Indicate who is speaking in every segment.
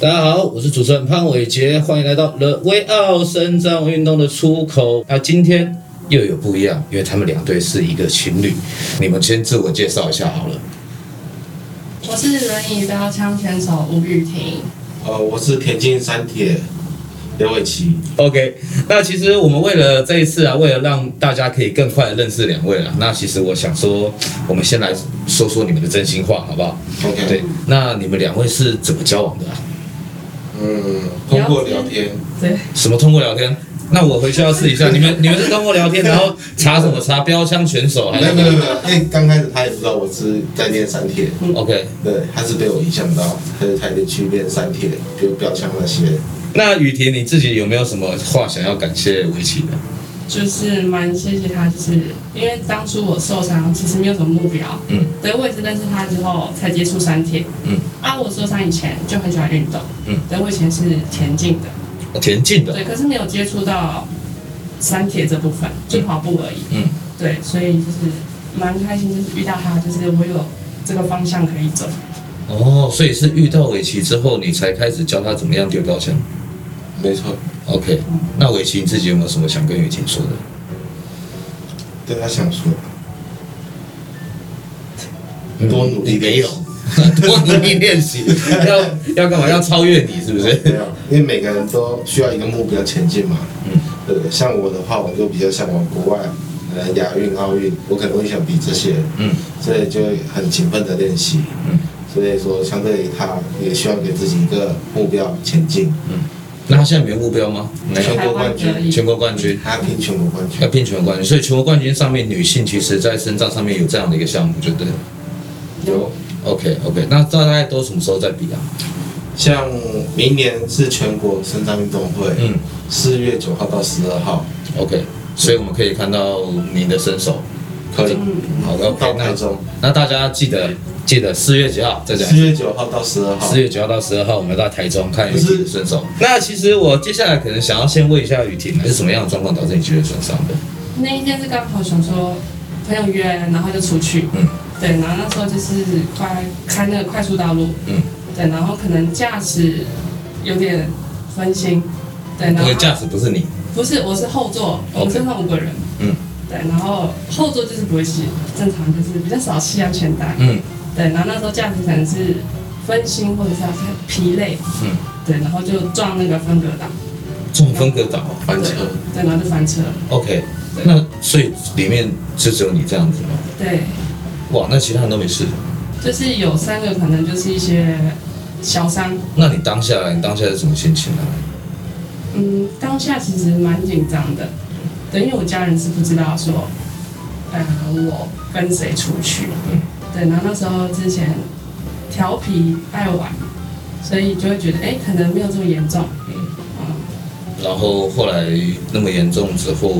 Speaker 1: 大家好，我是主持人潘伟杰，欢迎来到了维奥生长运动的出口。那今天又有不一样，因为他们两队是一个情侣。你们先自我介绍一下好了。
Speaker 2: 我是轮椅标枪选手吴雨婷。
Speaker 3: 呃，我是田径三铁刘伟奇。
Speaker 1: OK，那其实我们为了这一次啊，为了让大家可以更快的认识两位啊，那其实我想说，我们先来说说你们的真心话，好不好？
Speaker 3: OK，
Speaker 1: 对，那你们两位是怎么交往的、啊？
Speaker 3: 嗯，通过聊天，
Speaker 2: 对，
Speaker 1: 什么通过聊天？那我回去要试一下。你们你们是通过聊天，然后查什么查标枪选手还
Speaker 3: 没
Speaker 1: 是
Speaker 3: 有没有没有，因为刚开始他也不知道我是在练三铁，
Speaker 1: ？OK，
Speaker 3: 对，他是被我影响到，他就开始去练三铁，比如标枪那些。
Speaker 1: 那雨婷你自己有没有什么话想要感谢围棋的？
Speaker 2: 就是蛮谢谢他，就是因为当初我受伤，其实没有什么目标，
Speaker 1: 嗯，
Speaker 2: 对我也是认识他之后才接触三铁，
Speaker 1: 嗯，
Speaker 2: 啊，我受伤以前就很喜欢运动，
Speaker 1: 嗯，
Speaker 2: 对我以前是田径的，
Speaker 1: 哦田径的，
Speaker 2: 对，可是没有接触到三铁这部分，就跑步而已，
Speaker 1: 嗯，
Speaker 2: 对，所以就是蛮开心，就是遇到他，就是我有这个方向可以走，
Speaker 1: 哦，所以是遇到围棋之后，你才开始教他怎么样丢标枪。
Speaker 3: 没错，
Speaker 1: OK，那围棋你自己有没有什么想跟雨婷说的？
Speaker 3: 对他想说，多努力
Speaker 1: 你嗯没有， 多努力练习，要要干嘛？要超越你是不
Speaker 3: 没
Speaker 1: 是？
Speaker 3: 有，啊因为每个人都需要一个目标前进嘛。
Speaker 1: 嗯
Speaker 3: 对不对，像我的话，我就比较向往国外，呃，亚运、奥运，我可能会想比这些，
Speaker 1: 嗯
Speaker 3: 所以就会很勤奋的练习。
Speaker 1: 嗯
Speaker 3: 所以说，相对于他，也需要给自己一个目标前进，
Speaker 1: 那他现在没有目标吗？没
Speaker 3: 全
Speaker 1: 有，
Speaker 3: 国冠军
Speaker 2: 台湾的
Speaker 1: 全国冠军。
Speaker 3: 他拼全国冠
Speaker 1: 要
Speaker 3: 军。
Speaker 1: 拼全国冠军，所以全国冠军上面女性其实在身障上面有这样的一个项目，就对了。
Speaker 3: 有，
Speaker 1: OK OK，那大概都什么时候再比啊？
Speaker 3: 像明年是全国身障运动会，
Speaker 1: 嗯
Speaker 3: 四月九号到十二号，
Speaker 1: ，OK，所以我们可以看到您的身手。
Speaker 3: 可以
Speaker 2: 嗯
Speaker 1: 好的，OK，
Speaker 3: 到台
Speaker 1: 那
Speaker 3: 中，
Speaker 1: 那大家记得记得四月几号再讲
Speaker 3: 四。月九号到十二号
Speaker 1: 四，月九号到十二号，我们到台中看雨
Speaker 3: 不是
Speaker 1: 婷的身手。那其实我接下来可能想要先问一下雨婷，是什么样的状况导致你觉得损伤的？
Speaker 2: 那一天是刚好想说朋友约，然后就出去，
Speaker 1: 嗯
Speaker 2: 对，然后那时候就是快开那个快速道路，
Speaker 1: 嗯，
Speaker 2: 对，然后可能驾驶有点分心，对，然
Speaker 1: 因
Speaker 2: 后
Speaker 1: 为驾驶不是你，
Speaker 2: 不是我是后座，我们
Speaker 1: OK
Speaker 2: 正常五个人，
Speaker 1: 嗯
Speaker 2: 对，然后后座就是不会系，正常就是比较少系安全带，
Speaker 1: 嗯
Speaker 2: 对，然后那时候驾驶可能是分心或者是太疲累，
Speaker 1: 嗯，
Speaker 2: 对，然后就撞那个分隔挡，
Speaker 1: 中分割倒
Speaker 3: 翻车，
Speaker 2: 对，然后就翻车，
Speaker 1: ，OK，那所以里面就只有你这样子吗？
Speaker 2: 对，
Speaker 1: 哇，那其他人都没事。
Speaker 2: 就是有三个可能就是一些小伤，
Speaker 1: 那你当下来，你当下是什么心情呢、
Speaker 2: 嗯，当下其实蛮紧张的，对，因为我家人是不知道说，呃，我跟谁出去，
Speaker 1: 嗯
Speaker 2: 对，然后那时候之前调皮爱玩，所以就会觉得，哎，可能没有这么严重，嗯，
Speaker 1: 然后后来那么严重之后，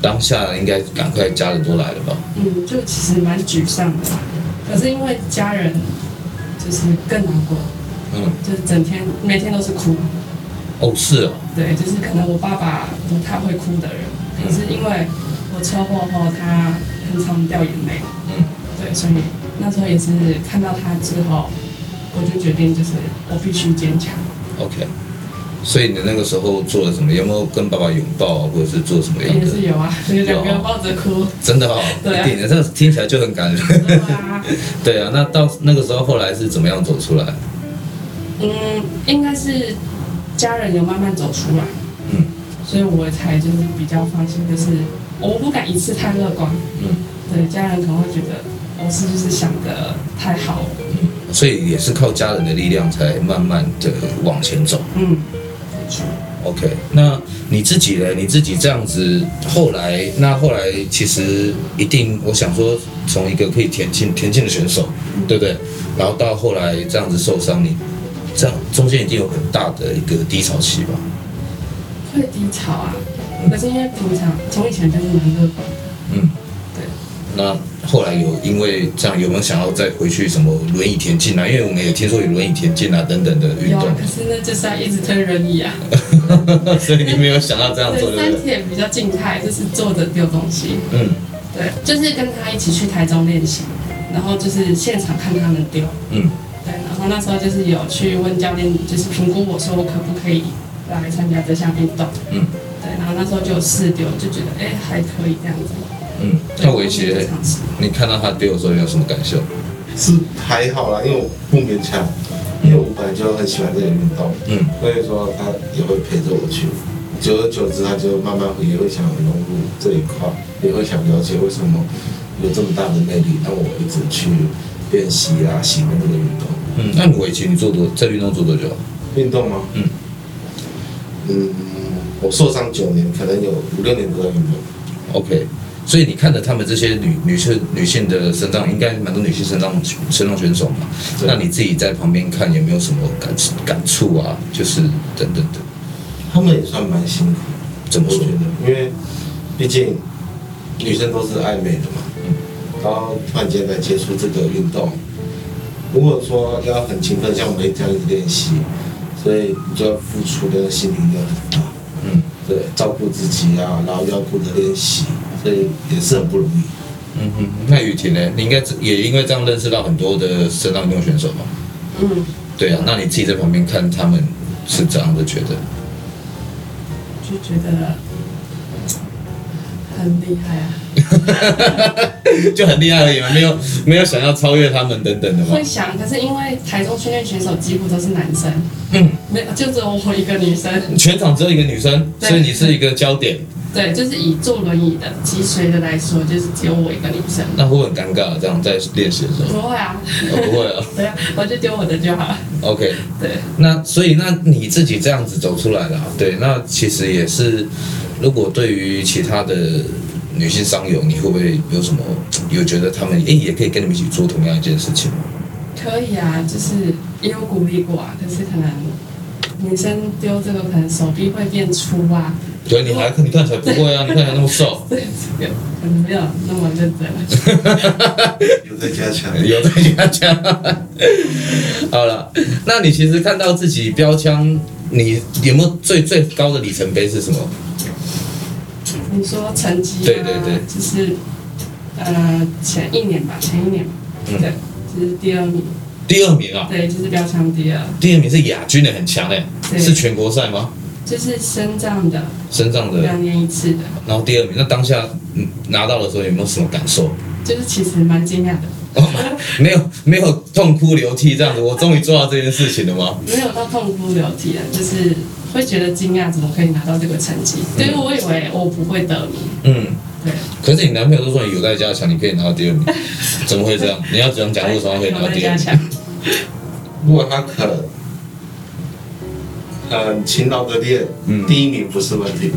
Speaker 1: 当下应该赶快家人都来了吧？
Speaker 2: 嗯，就其实蛮沮丧的啦，可是因为家人就是更难过，
Speaker 1: 嗯，
Speaker 2: 就是整天每天都是哭，
Speaker 1: 哦，是啊，
Speaker 2: 对，就是可能我爸爸不太会哭的人，可是因为我车祸后，他很常掉眼泪，
Speaker 1: 嗯，
Speaker 2: 对，所以那时候也是看到他之后，我就决定就是我必须坚强。
Speaker 1: ，OK。所以你那个时候做了什么？有没有跟爸爸拥抱啊，或者是做什么样
Speaker 2: 也
Speaker 1: 的？
Speaker 2: 是有啊，就是两个人抱着哭，
Speaker 1: 真的哦，
Speaker 2: 对啊
Speaker 1: 一定的，这听起来就很感人。
Speaker 2: 对啊，
Speaker 1: 对啊，那到那个时候后来是怎么样走出来？
Speaker 2: 嗯，应该是家人有慢慢走出来，
Speaker 1: 嗯，
Speaker 2: 所以我才就是比较放心，就是我不敢一次太乐观，
Speaker 1: 嗯，
Speaker 2: 对，家人可能会觉得我是不是想的太好了，
Speaker 1: 嗯所以也是靠家人的力量才慢慢的往前走。
Speaker 2: 嗯，没错。
Speaker 1: OK，那你自己呢？你自己这样子，后来那后来其实一定，我想说，从一个可以田径田径的选手，对不对？然后到后来这样子受伤，你这样中间一定有很大的一个低潮期吧？
Speaker 2: 会低潮啊，可是因为平常从以前就是蛮乐观，
Speaker 1: 嗯，
Speaker 2: 对。
Speaker 1: 那后来有因为这样有没有想要再回去什么轮椅田径啊？因为我们也听说有轮椅田径啊等等的运
Speaker 2: 有啊
Speaker 1: 动，
Speaker 2: 可，是那就是要一直推轮椅啊。
Speaker 1: 所以你没有想要这样做，
Speaker 2: 对，
Speaker 1: 对不对
Speaker 2: 三？铁比较静态，就是坐着丢东西。
Speaker 1: 嗯
Speaker 2: 对，就是跟他一起去台中练习，然后就是现场看他们丢。
Speaker 1: 嗯。
Speaker 2: 对，然从那时候就是有去问教练，就是评估我说我可不可以来参加这项运动。
Speaker 1: 嗯
Speaker 2: 对，然后那时候就有试丢，就觉得哎、还可以这样子。
Speaker 1: 嗯，那围棋
Speaker 2: 对
Speaker 1: 嘞，你看到他丢的时候有什么感受？
Speaker 3: 是还好啦，因为我不勉强，因为我本来就很喜欢这个运动，
Speaker 1: 嗯
Speaker 3: 所以说他也会陪着我去。久而久之，他就慢慢也会想融入这一块，也会想了解为什么有这么大的魅力，让我一直去练习啊，喜欢这个运动。
Speaker 1: 嗯，那你围棋你做多这运动做多久？
Speaker 3: 运动吗？
Speaker 1: 嗯
Speaker 3: 嗯，我受伤九年，可能有五六年都在运动。
Speaker 1: ，OK。所以你看着他们这些女女性女性的身障，应该蛮多女性身障身障选手嘛？
Speaker 3: 对
Speaker 1: 那你自己在旁边看有没有什么感感触啊？就是等等的，
Speaker 3: 他们也算蛮辛苦，
Speaker 1: 怎么
Speaker 3: 我
Speaker 1: 说
Speaker 3: 觉？得，因为毕竟女生都是爱美的嘛，然后突然间来接触这个运动，如果说要很勤奋，像我们这样一直练习，所以你就要付出的心力要很大，
Speaker 1: 嗯
Speaker 3: 对，照顾自己啊，然后要顾着练习，所以也是很不容易。
Speaker 1: 嗯哼，那雨婷呢？你应该也因为这样认识到很多的身障运动选手嘛？
Speaker 2: 嗯，
Speaker 1: 对啊，那你自己在旁边看他们是怎样的觉得？
Speaker 2: 就觉得很厉害啊，
Speaker 1: 就很厉害而已嘛，没有没有想要超越他们等等的嘛
Speaker 2: 会。想，可是因为台中训练选手几乎都是男生，
Speaker 1: 嗯，
Speaker 2: 没有就只有我一个女生。
Speaker 1: 全场只有一个女生，
Speaker 2: 对
Speaker 1: 所以你是一个焦点，
Speaker 2: 对，就是以坐轮椅的脊髓的来说，就是只有我一个女生。
Speaker 1: 那会不会很尴尬？这样在练习的时候，
Speaker 2: 不会啊，
Speaker 1: 哦、不会啊。
Speaker 2: 对啊，我就丢我的就好了。
Speaker 1: OK，
Speaker 2: 对，
Speaker 1: 那所以那你自己这样子走出来了啊，对，那其实也是，如果对于其他的女性商友，你会不会有什么有觉得他们诶、也可以跟你们一起做同样一件事情？
Speaker 2: 可以啊，就是也有鼓励过啊，可是可能女生丢这个可能手臂会变粗啊，
Speaker 1: 对，你还你看起来不会啊，你看起来那么 瘦，
Speaker 2: 对，这个可能没有那么认真了。
Speaker 3: 有在加强
Speaker 1: 有在加强。好了，那你其实看到自己标枪，你有没有最最高的里程碑是什么？
Speaker 2: 你说成绩、啊，
Speaker 1: 对对对
Speaker 2: 就是呃前一年吧，前一年，
Speaker 1: 嗯
Speaker 2: 对，就是第二名，
Speaker 1: 第二名啊，
Speaker 2: 对，就是标枪第二，
Speaker 1: 第二名是亚军的，很强哎、
Speaker 2: 对
Speaker 1: 是全国赛吗？
Speaker 2: 就是升降的，
Speaker 1: 身上的，
Speaker 2: 两年一次的，
Speaker 1: 然后第二名，那当下嗯拿到的时候有没有什么感受？
Speaker 2: 就是其实蛮惊讶的，
Speaker 1: 哦，没有没有痛哭流涕这样子，我终于做到这件事情了吗？
Speaker 2: 没有到痛哭流涕的，就是会觉得惊讶，怎么可以拿到这个成绩？对，因为我以为我不会得名，
Speaker 1: 嗯，
Speaker 2: 对，
Speaker 1: 可是你男朋友都说你有待加强，你可以拿到第二 名，怎么会这样？你要怎样讲为什么可以拿到
Speaker 2: 再
Speaker 1: 第二
Speaker 2: 加
Speaker 1: 名？
Speaker 2: 强，
Speaker 3: 如果他肯很勤劳的练，
Speaker 1: 嗯
Speaker 3: 第一名不是问题。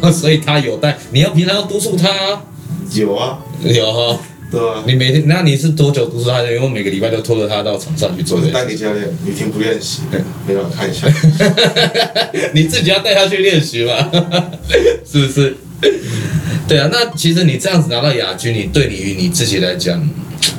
Speaker 1: 啊， 所以他有带，你要平常要督促他啊、
Speaker 3: 有啊，
Speaker 1: 有哈、
Speaker 3: 对啊，
Speaker 1: 你每天，那你是多久督促他的？因为我每个礼拜都拖着他到场上去做
Speaker 3: 我
Speaker 1: 这
Speaker 3: 是
Speaker 1: 件
Speaker 3: 带
Speaker 1: 事。
Speaker 3: 给教练，雨婷不练习
Speaker 1: 对，
Speaker 3: 没有看 一下。
Speaker 1: 你自己要带他去练习嘛， 是不是？对啊，那其实你这样子拿到亚军，你对你于你自己来讲，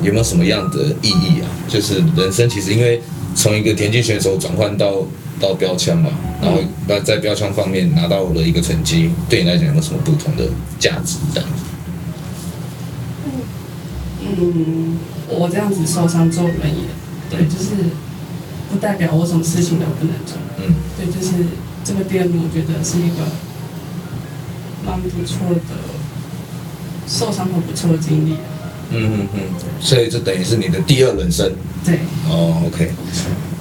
Speaker 1: 有没有什么样的意义啊？就是人生其实因为从一个田径选手转换到到标枪嘛，然后那在标枪方面拿到了一个成绩，对你来讲有没有什么不同的价值？这样子，
Speaker 2: 嗯，我这样子受伤坐轮椅的，对，就是不代表我什么事情都不能做，
Speaker 1: 嗯
Speaker 2: 对，就是这个第二名，我觉得是一个蛮不错的，受伤后不错的经历啊，
Speaker 1: 嗯嗯嗯，所以这等于是你的第二人生。
Speaker 2: 对，
Speaker 1: 哦，OK，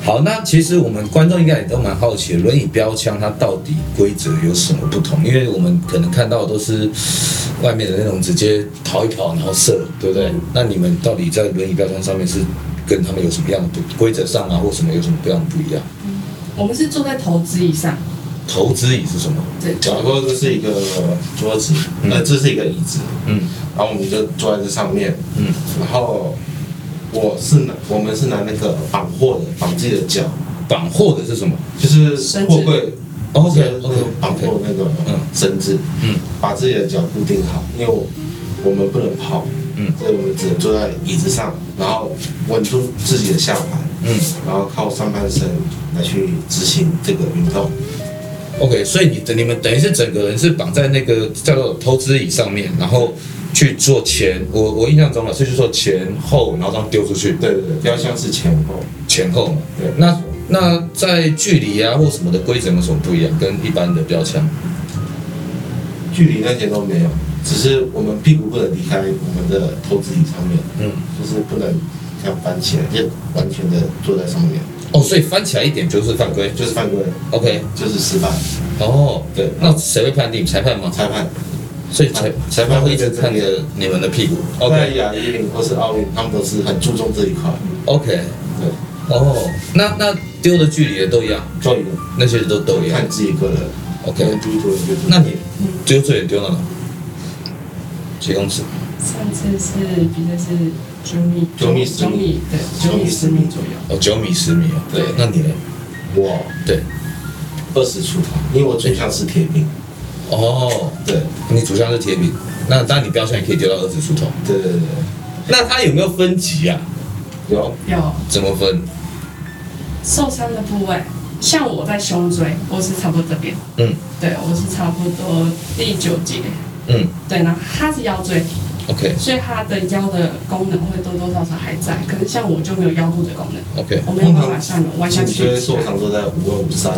Speaker 1: 好，那其实我们观众应该也都蛮好奇，轮椅标枪它到底规则有什么不同？因为我们可能看到都是外面的那种直接跑一跑然后射，对不对？那你们到底在轮椅标枪上面是跟他们有什么样的不规则上啊，或什么有什么不一样不一样？
Speaker 2: 我们是坐在投资以上，
Speaker 1: 投资椅是什么？
Speaker 2: 对，
Speaker 3: 假如说这是一个桌子，
Speaker 1: 嗯
Speaker 3: 呃，这是一个椅子，
Speaker 1: 嗯
Speaker 3: 然后我们就坐在这上面，
Speaker 1: 嗯
Speaker 3: 然后我是拿，我们是拿那个绑货的，绑自己的脚，
Speaker 1: 绑货的是什么
Speaker 3: 就是货柜
Speaker 1: 哦，OK，
Speaker 3: 就是那个
Speaker 1: OK，
Speaker 3: 绑货那个
Speaker 1: 嗯
Speaker 3: 绳子，
Speaker 1: 嗯
Speaker 3: 把自己的脚固定好，因为我我们不能跑，
Speaker 1: 嗯
Speaker 3: 所以我们只能坐在椅子上，然后稳住自己的下盘，
Speaker 1: 嗯
Speaker 3: 然后靠上半身来去执行这个运动。
Speaker 1: ，OK，所以你的你们等于是整个人是绑在那个叫做投资椅上面，然后去做前，我我印象中了是去做前后，然后这样丢出去，
Speaker 3: 对对对，标枪是前后，
Speaker 1: 前后嘛。
Speaker 3: 对
Speaker 1: 那那在距离啊或什么的规则有什么不一样？跟一般的标枪
Speaker 3: 距离那些都没有，只是我们屁股不能离开我们的投掷椅上面，
Speaker 1: 嗯，
Speaker 3: 就是不能这样翻起来，就完全的坐在上面，
Speaker 1: 哦，所以翻起来一点就是犯规。
Speaker 3: 就是犯规，
Speaker 1: OK，
Speaker 3: 就是失败。
Speaker 1: 哦，
Speaker 3: 对
Speaker 1: 那谁会判定？裁判吗？
Speaker 3: 裁判
Speaker 1: 所以裁裁判会一直看着你们的屁股。
Speaker 3: 在
Speaker 1: OK
Speaker 3: 亚运或是奥运，他们都是很注重这一块，
Speaker 1: OK，
Speaker 3: 对，
Speaker 1: 哦，那那丢的距离也都一样，
Speaker 3: 做一个
Speaker 1: 那些都都一样
Speaker 3: 看。自己个人
Speaker 1: OK，
Speaker 3: 能丢多远就多
Speaker 1: 那你丢最远丢到哪？几公尺？
Speaker 2: 上次是比赛是九米，
Speaker 3: 九米十米
Speaker 2: 九米，对，九米十米左右。
Speaker 1: 哦，九米、十米哦。
Speaker 3: 对
Speaker 1: 那你呢？
Speaker 3: 我
Speaker 1: 对，
Speaker 3: 二十出头，因为我主项是铁饼，
Speaker 1: 哦，
Speaker 3: 对
Speaker 1: 你主项是铁饼，那当然你标枪也可以丢到二十出头。
Speaker 3: 对对对对，
Speaker 1: 那它有没有分级啊？
Speaker 3: 有
Speaker 2: 有
Speaker 1: 怎么分？
Speaker 2: 受伤的部位，像我在胸椎，我是差不多这边，
Speaker 1: 嗯
Speaker 2: 对，我是差不多第九节，
Speaker 1: 嗯
Speaker 2: 对，然后他是腰椎，
Speaker 1: ，OK
Speaker 2: 所以他的腰的功能会多多少少还在，可是像我就没有腰部的功能，
Speaker 1: OK，
Speaker 2: 我没有办法像你弯下去
Speaker 3: 颈。椎受伤都在五二五三，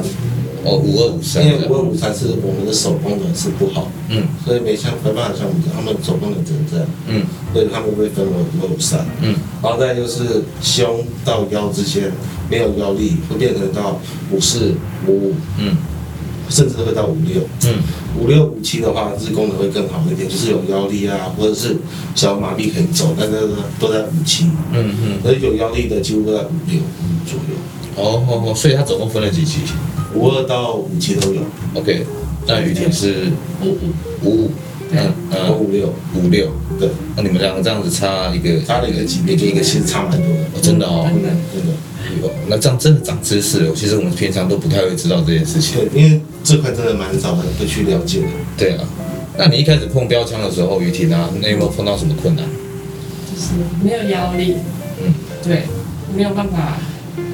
Speaker 1: 哦，五二五三
Speaker 3: 因为
Speaker 1: 的
Speaker 3: 五，二五三是我们的手功能是不好，
Speaker 1: 嗯
Speaker 3: 所以没像没办法像我们这样他们手功能只能这样，
Speaker 1: 嗯
Speaker 3: 所以他们会分为五二五三。
Speaker 1: 嗯
Speaker 3: 然后再就是胸到腰之间没有腰力，会变成到五四、五五，
Speaker 1: 嗯
Speaker 3: 甚至会到五六。
Speaker 1: 嗯
Speaker 3: 五六五七的话，是功能会更好一点，就是有腰力啊，或者是小麻痹可以走，但是都在五七，
Speaker 1: 嗯嗯，
Speaker 3: 而有腰力的几乎都在五六五左右，
Speaker 1: 哦哦哦，所以它总共分了几级
Speaker 3: 五二到五七都有，
Speaker 1: ？OK，那雨田是
Speaker 2: 五五，
Speaker 1: 五五，嗯
Speaker 3: 我
Speaker 1: 嗯
Speaker 3: 五六，
Speaker 1: 五六，
Speaker 3: 对，
Speaker 1: 那你们两个这样子差一个，
Speaker 3: 差了一个级别，一个其实差蛮多的，
Speaker 1: 哦真的哦。
Speaker 3: 真的真的，
Speaker 1: 有那这样真的长知识了。其实我们平常都不太会知道这件事情。
Speaker 3: 对，因为这块真的蛮少人会去了解的。
Speaker 1: 对啊，那你一开始碰标枪的时候，雨婷啊，那有没有碰到什么困难？
Speaker 2: 就是没有腰力，
Speaker 1: 嗯
Speaker 2: 对，没有办法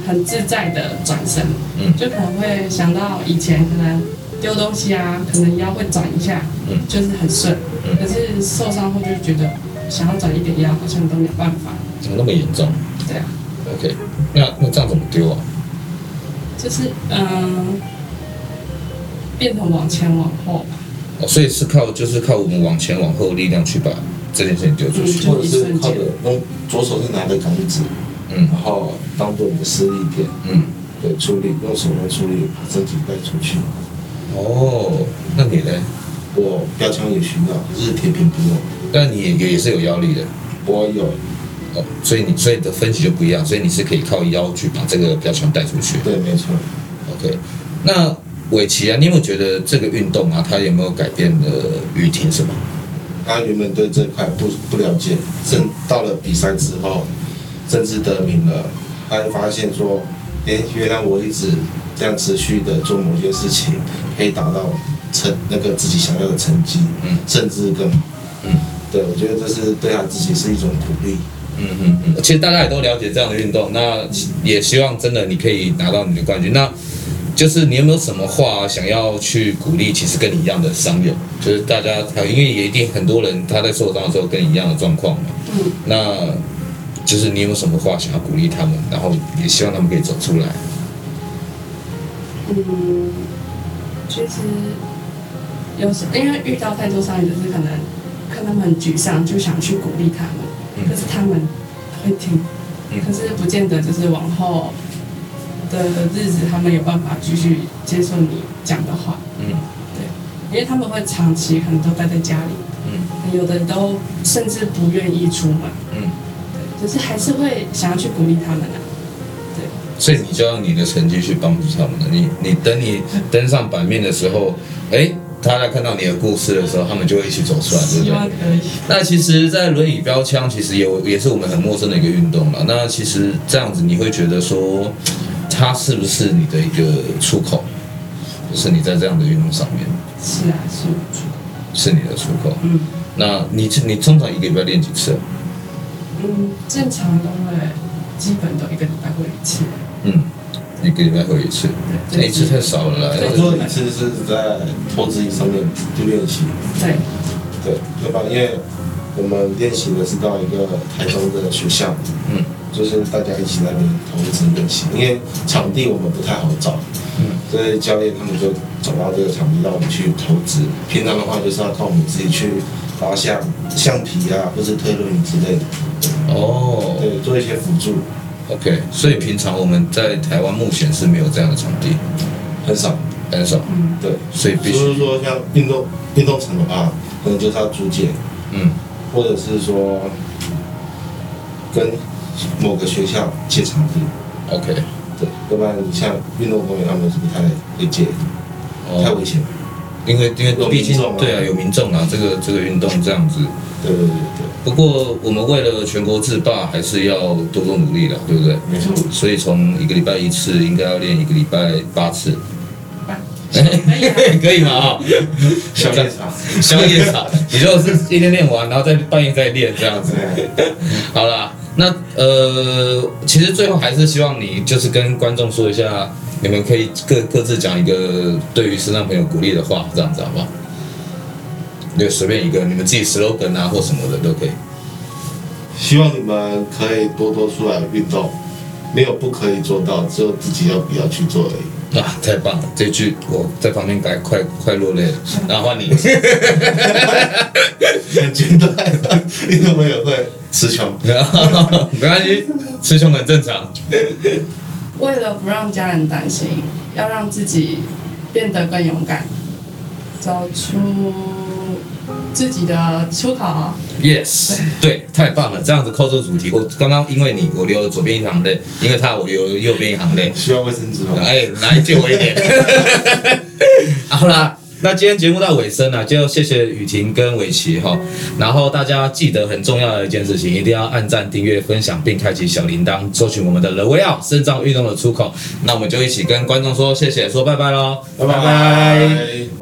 Speaker 2: 很自在的转身，
Speaker 1: 嗯
Speaker 2: 就可能会想到以前可能丢东西啊，可能腰会转一下，
Speaker 1: 嗯
Speaker 2: 就是很顺，
Speaker 1: 嗯
Speaker 2: 可是受伤后就觉得想要转一点腰好像都没有办法，
Speaker 1: 怎么那么严重
Speaker 2: 对啊，
Speaker 1: ？OK，那那这样怎么丢啊？
Speaker 2: 就是嗯、变成往前往后吧，
Speaker 1: 哦，所以是靠就是靠我们往前往后的力量去把这件事情丢出去。
Speaker 3: 或者是靠着用左手是拿着杆子，
Speaker 1: 嗯
Speaker 3: 然后当做你的施力点，
Speaker 1: 嗯，
Speaker 3: 对，处理用手来处理，把身体带出去。
Speaker 1: 哦，那你呢？
Speaker 3: 我标枪也需要，可是铁饼不用。
Speaker 1: 那你也也是有腰力的
Speaker 3: 我有，
Speaker 1: 哦，所以你所以你的分级就不一样，所以你是可以靠腰去把这个标枪带出去。
Speaker 3: 对，没错。
Speaker 1: OK，那尾棋啊，你有没有觉得这个运动啊，它有没有改变了雨婷什么？
Speaker 3: 他原本对这块不不了解，甚到了比赛之后，甚至得名了，他会发现说，诶，原来我一直这样持续的做某些事情，可以达到成那个自己想要的成绩，
Speaker 1: 嗯
Speaker 3: 甚至更好。
Speaker 1: 嗯
Speaker 3: 对，我觉得这是对他自己是一种鼓励。
Speaker 1: 嗯嗯嗯，其实大家也都了解这样的运动，那也希望真的你可以拿到你的冠军。那就是你有没有什么话想要去鼓励，其实跟你一样的商友，就是大家还有因为也一定很多人他在受伤的时候跟你一样的状况嘛，
Speaker 2: 嗯，
Speaker 1: 那就是你有没有什么话想要鼓励他们，然后也希望他们可以走出来。
Speaker 2: 嗯，其实有时因为遇到太多商人，就是可能看他们很沮丧，就想去鼓励他们，
Speaker 1: 嗯
Speaker 2: 可是他们会听，
Speaker 1: 嗯
Speaker 2: 可是不见得就是往后的日子他们有办法继续接受你讲的话，
Speaker 1: 嗯
Speaker 2: 因为他们会长期可能都待在家里，
Speaker 1: 嗯
Speaker 2: 有的都甚至不愿意出门，
Speaker 1: 嗯，
Speaker 2: 对，就是还是会想要去鼓励他们啊。
Speaker 1: 所以你就用你的成绩去帮助他们了。你你等你登上版面的时候，哎，大家看到你的故事的时候，他们就会一起走出来，对不
Speaker 2: 希
Speaker 1: 对？
Speaker 2: 望可以。
Speaker 1: 那其实，在轮椅标枪其实也有也是我们很陌生的一个运动了。那其实这样子，你会觉得说，它是不是你的一个出口？就是你在这样的运动上面
Speaker 2: 是啊，是啊，是啊
Speaker 1: 是你的出口。
Speaker 2: 嗯。
Speaker 1: 那你你通常一个礼拜练几次啊？
Speaker 2: 嗯，正常都会，基本都一个礼拜会一次。
Speaker 1: 嗯，一个礼拜会有一次，
Speaker 2: 对
Speaker 1: 那一次太少了啦。
Speaker 2: 对
Speaker 3: 我说一次是在投资上面就练习，
Speaker 2: 对，
Speaker 3: 对，对吧？因为我们练习的是到一个台中的学校，
Speaker 1: 嗯
Speaker 3: 就是大家一起在那边投资练习，因为场地我们不太好找，
Speaker 1: 嗯
Speaker 3: 所以教练他们就找到这个场地让我们去投资。平常的话就是要靠我们自己去拉像橡皮啊，或是推轮椅之类的，
Speaker 1: 哦
Speaker 3: 对，做一些辅助，
Speaker 1: ，OK，所以平常我们在台湾目前是没有这样的场地，
Speaker 3: 很少。
Speaker 1: 很少，
Speaker 2: 嗯，
Speaker 3: 对，
Speaker 1: 所以必
Speaker 3: 就
Speaker 1: 须
Speaker 3: 是说像运动运动场的话，可能就是要租借，
Speaker 1: 嗯
Speaker 3: 或者是说跟某个学校借场地。
Speaker 1: ，OK，
Speaker 3: 对，要不然像运动公园他们是不太会借，太危
Speaker 1: 哦，
Speaker 3: 险了。
Speaker 1: 因为因为
Speaker 3: 有
Speaker 1: 毕
Speaker 3: 民
Speaker 1: 竟
Speaker 3: 众啊
Speaker 1: 对啊，有民众啊，这个这个运动这样子。
Speaker 3: 对对对对，
Speaker 1: 不过我们为了全国制霸，还是要多多努力了，对不对？
Speaker 3: 没错。
Speaker 1: 所以从一个礼拜一次，应该要练一个礼拜八次，
Speaker 2: 可以啊
Speaker 1: 可以吗？ 啊，
Speaker 3: 小夜场，
Speaker 1: 宵夜场，你就是一天练完，然后再半夜再练这样子。
Speaker 3: 对，
Speaker 1: 好啦，那呃，其实最后还是希望你就是跟观众说一下，你们可以各各自讲一个对于身障朋友鼓励的话，这样子好不好？就随便一个，你们自己 slogan 啊或什么的都可以。
Speaker 3: 希望你们可以多多出来运动，没有不可以做到，只有自己要不要去做而 已。
Speaker 1: 啊，太棒了！这句我在旁边改快快落泪了。然后换你，
Speaker 3: 很简单，运动也会词穷。
Speaker 1: 没关系，吃穷很正常。
Speaker 2: 为了不让家人担心，要让自己变得更勇敢，找出自己的出口。
Speaker 1: Yes，对，太棒了！这样子扣住主题。我刚刚因为你，我流了左边一行泪，因为他，我流了右边一行泪。
Speaker 3: 需要卫生纸吗？哦
Speaker 1: 哎，来借我一点。 好啦，那今天节目到尾声了，就谢谢雨婷跟伟琪哈。然后大家记得很重要的一件事情，一定要按赞、订阅、分享，并开启小铃铛，搜寻我们的 The Way Out 肾脏运动的出口。那我们就一起跟观众说谢谢，说拜拜喽，
Speaker 3: 拜拜。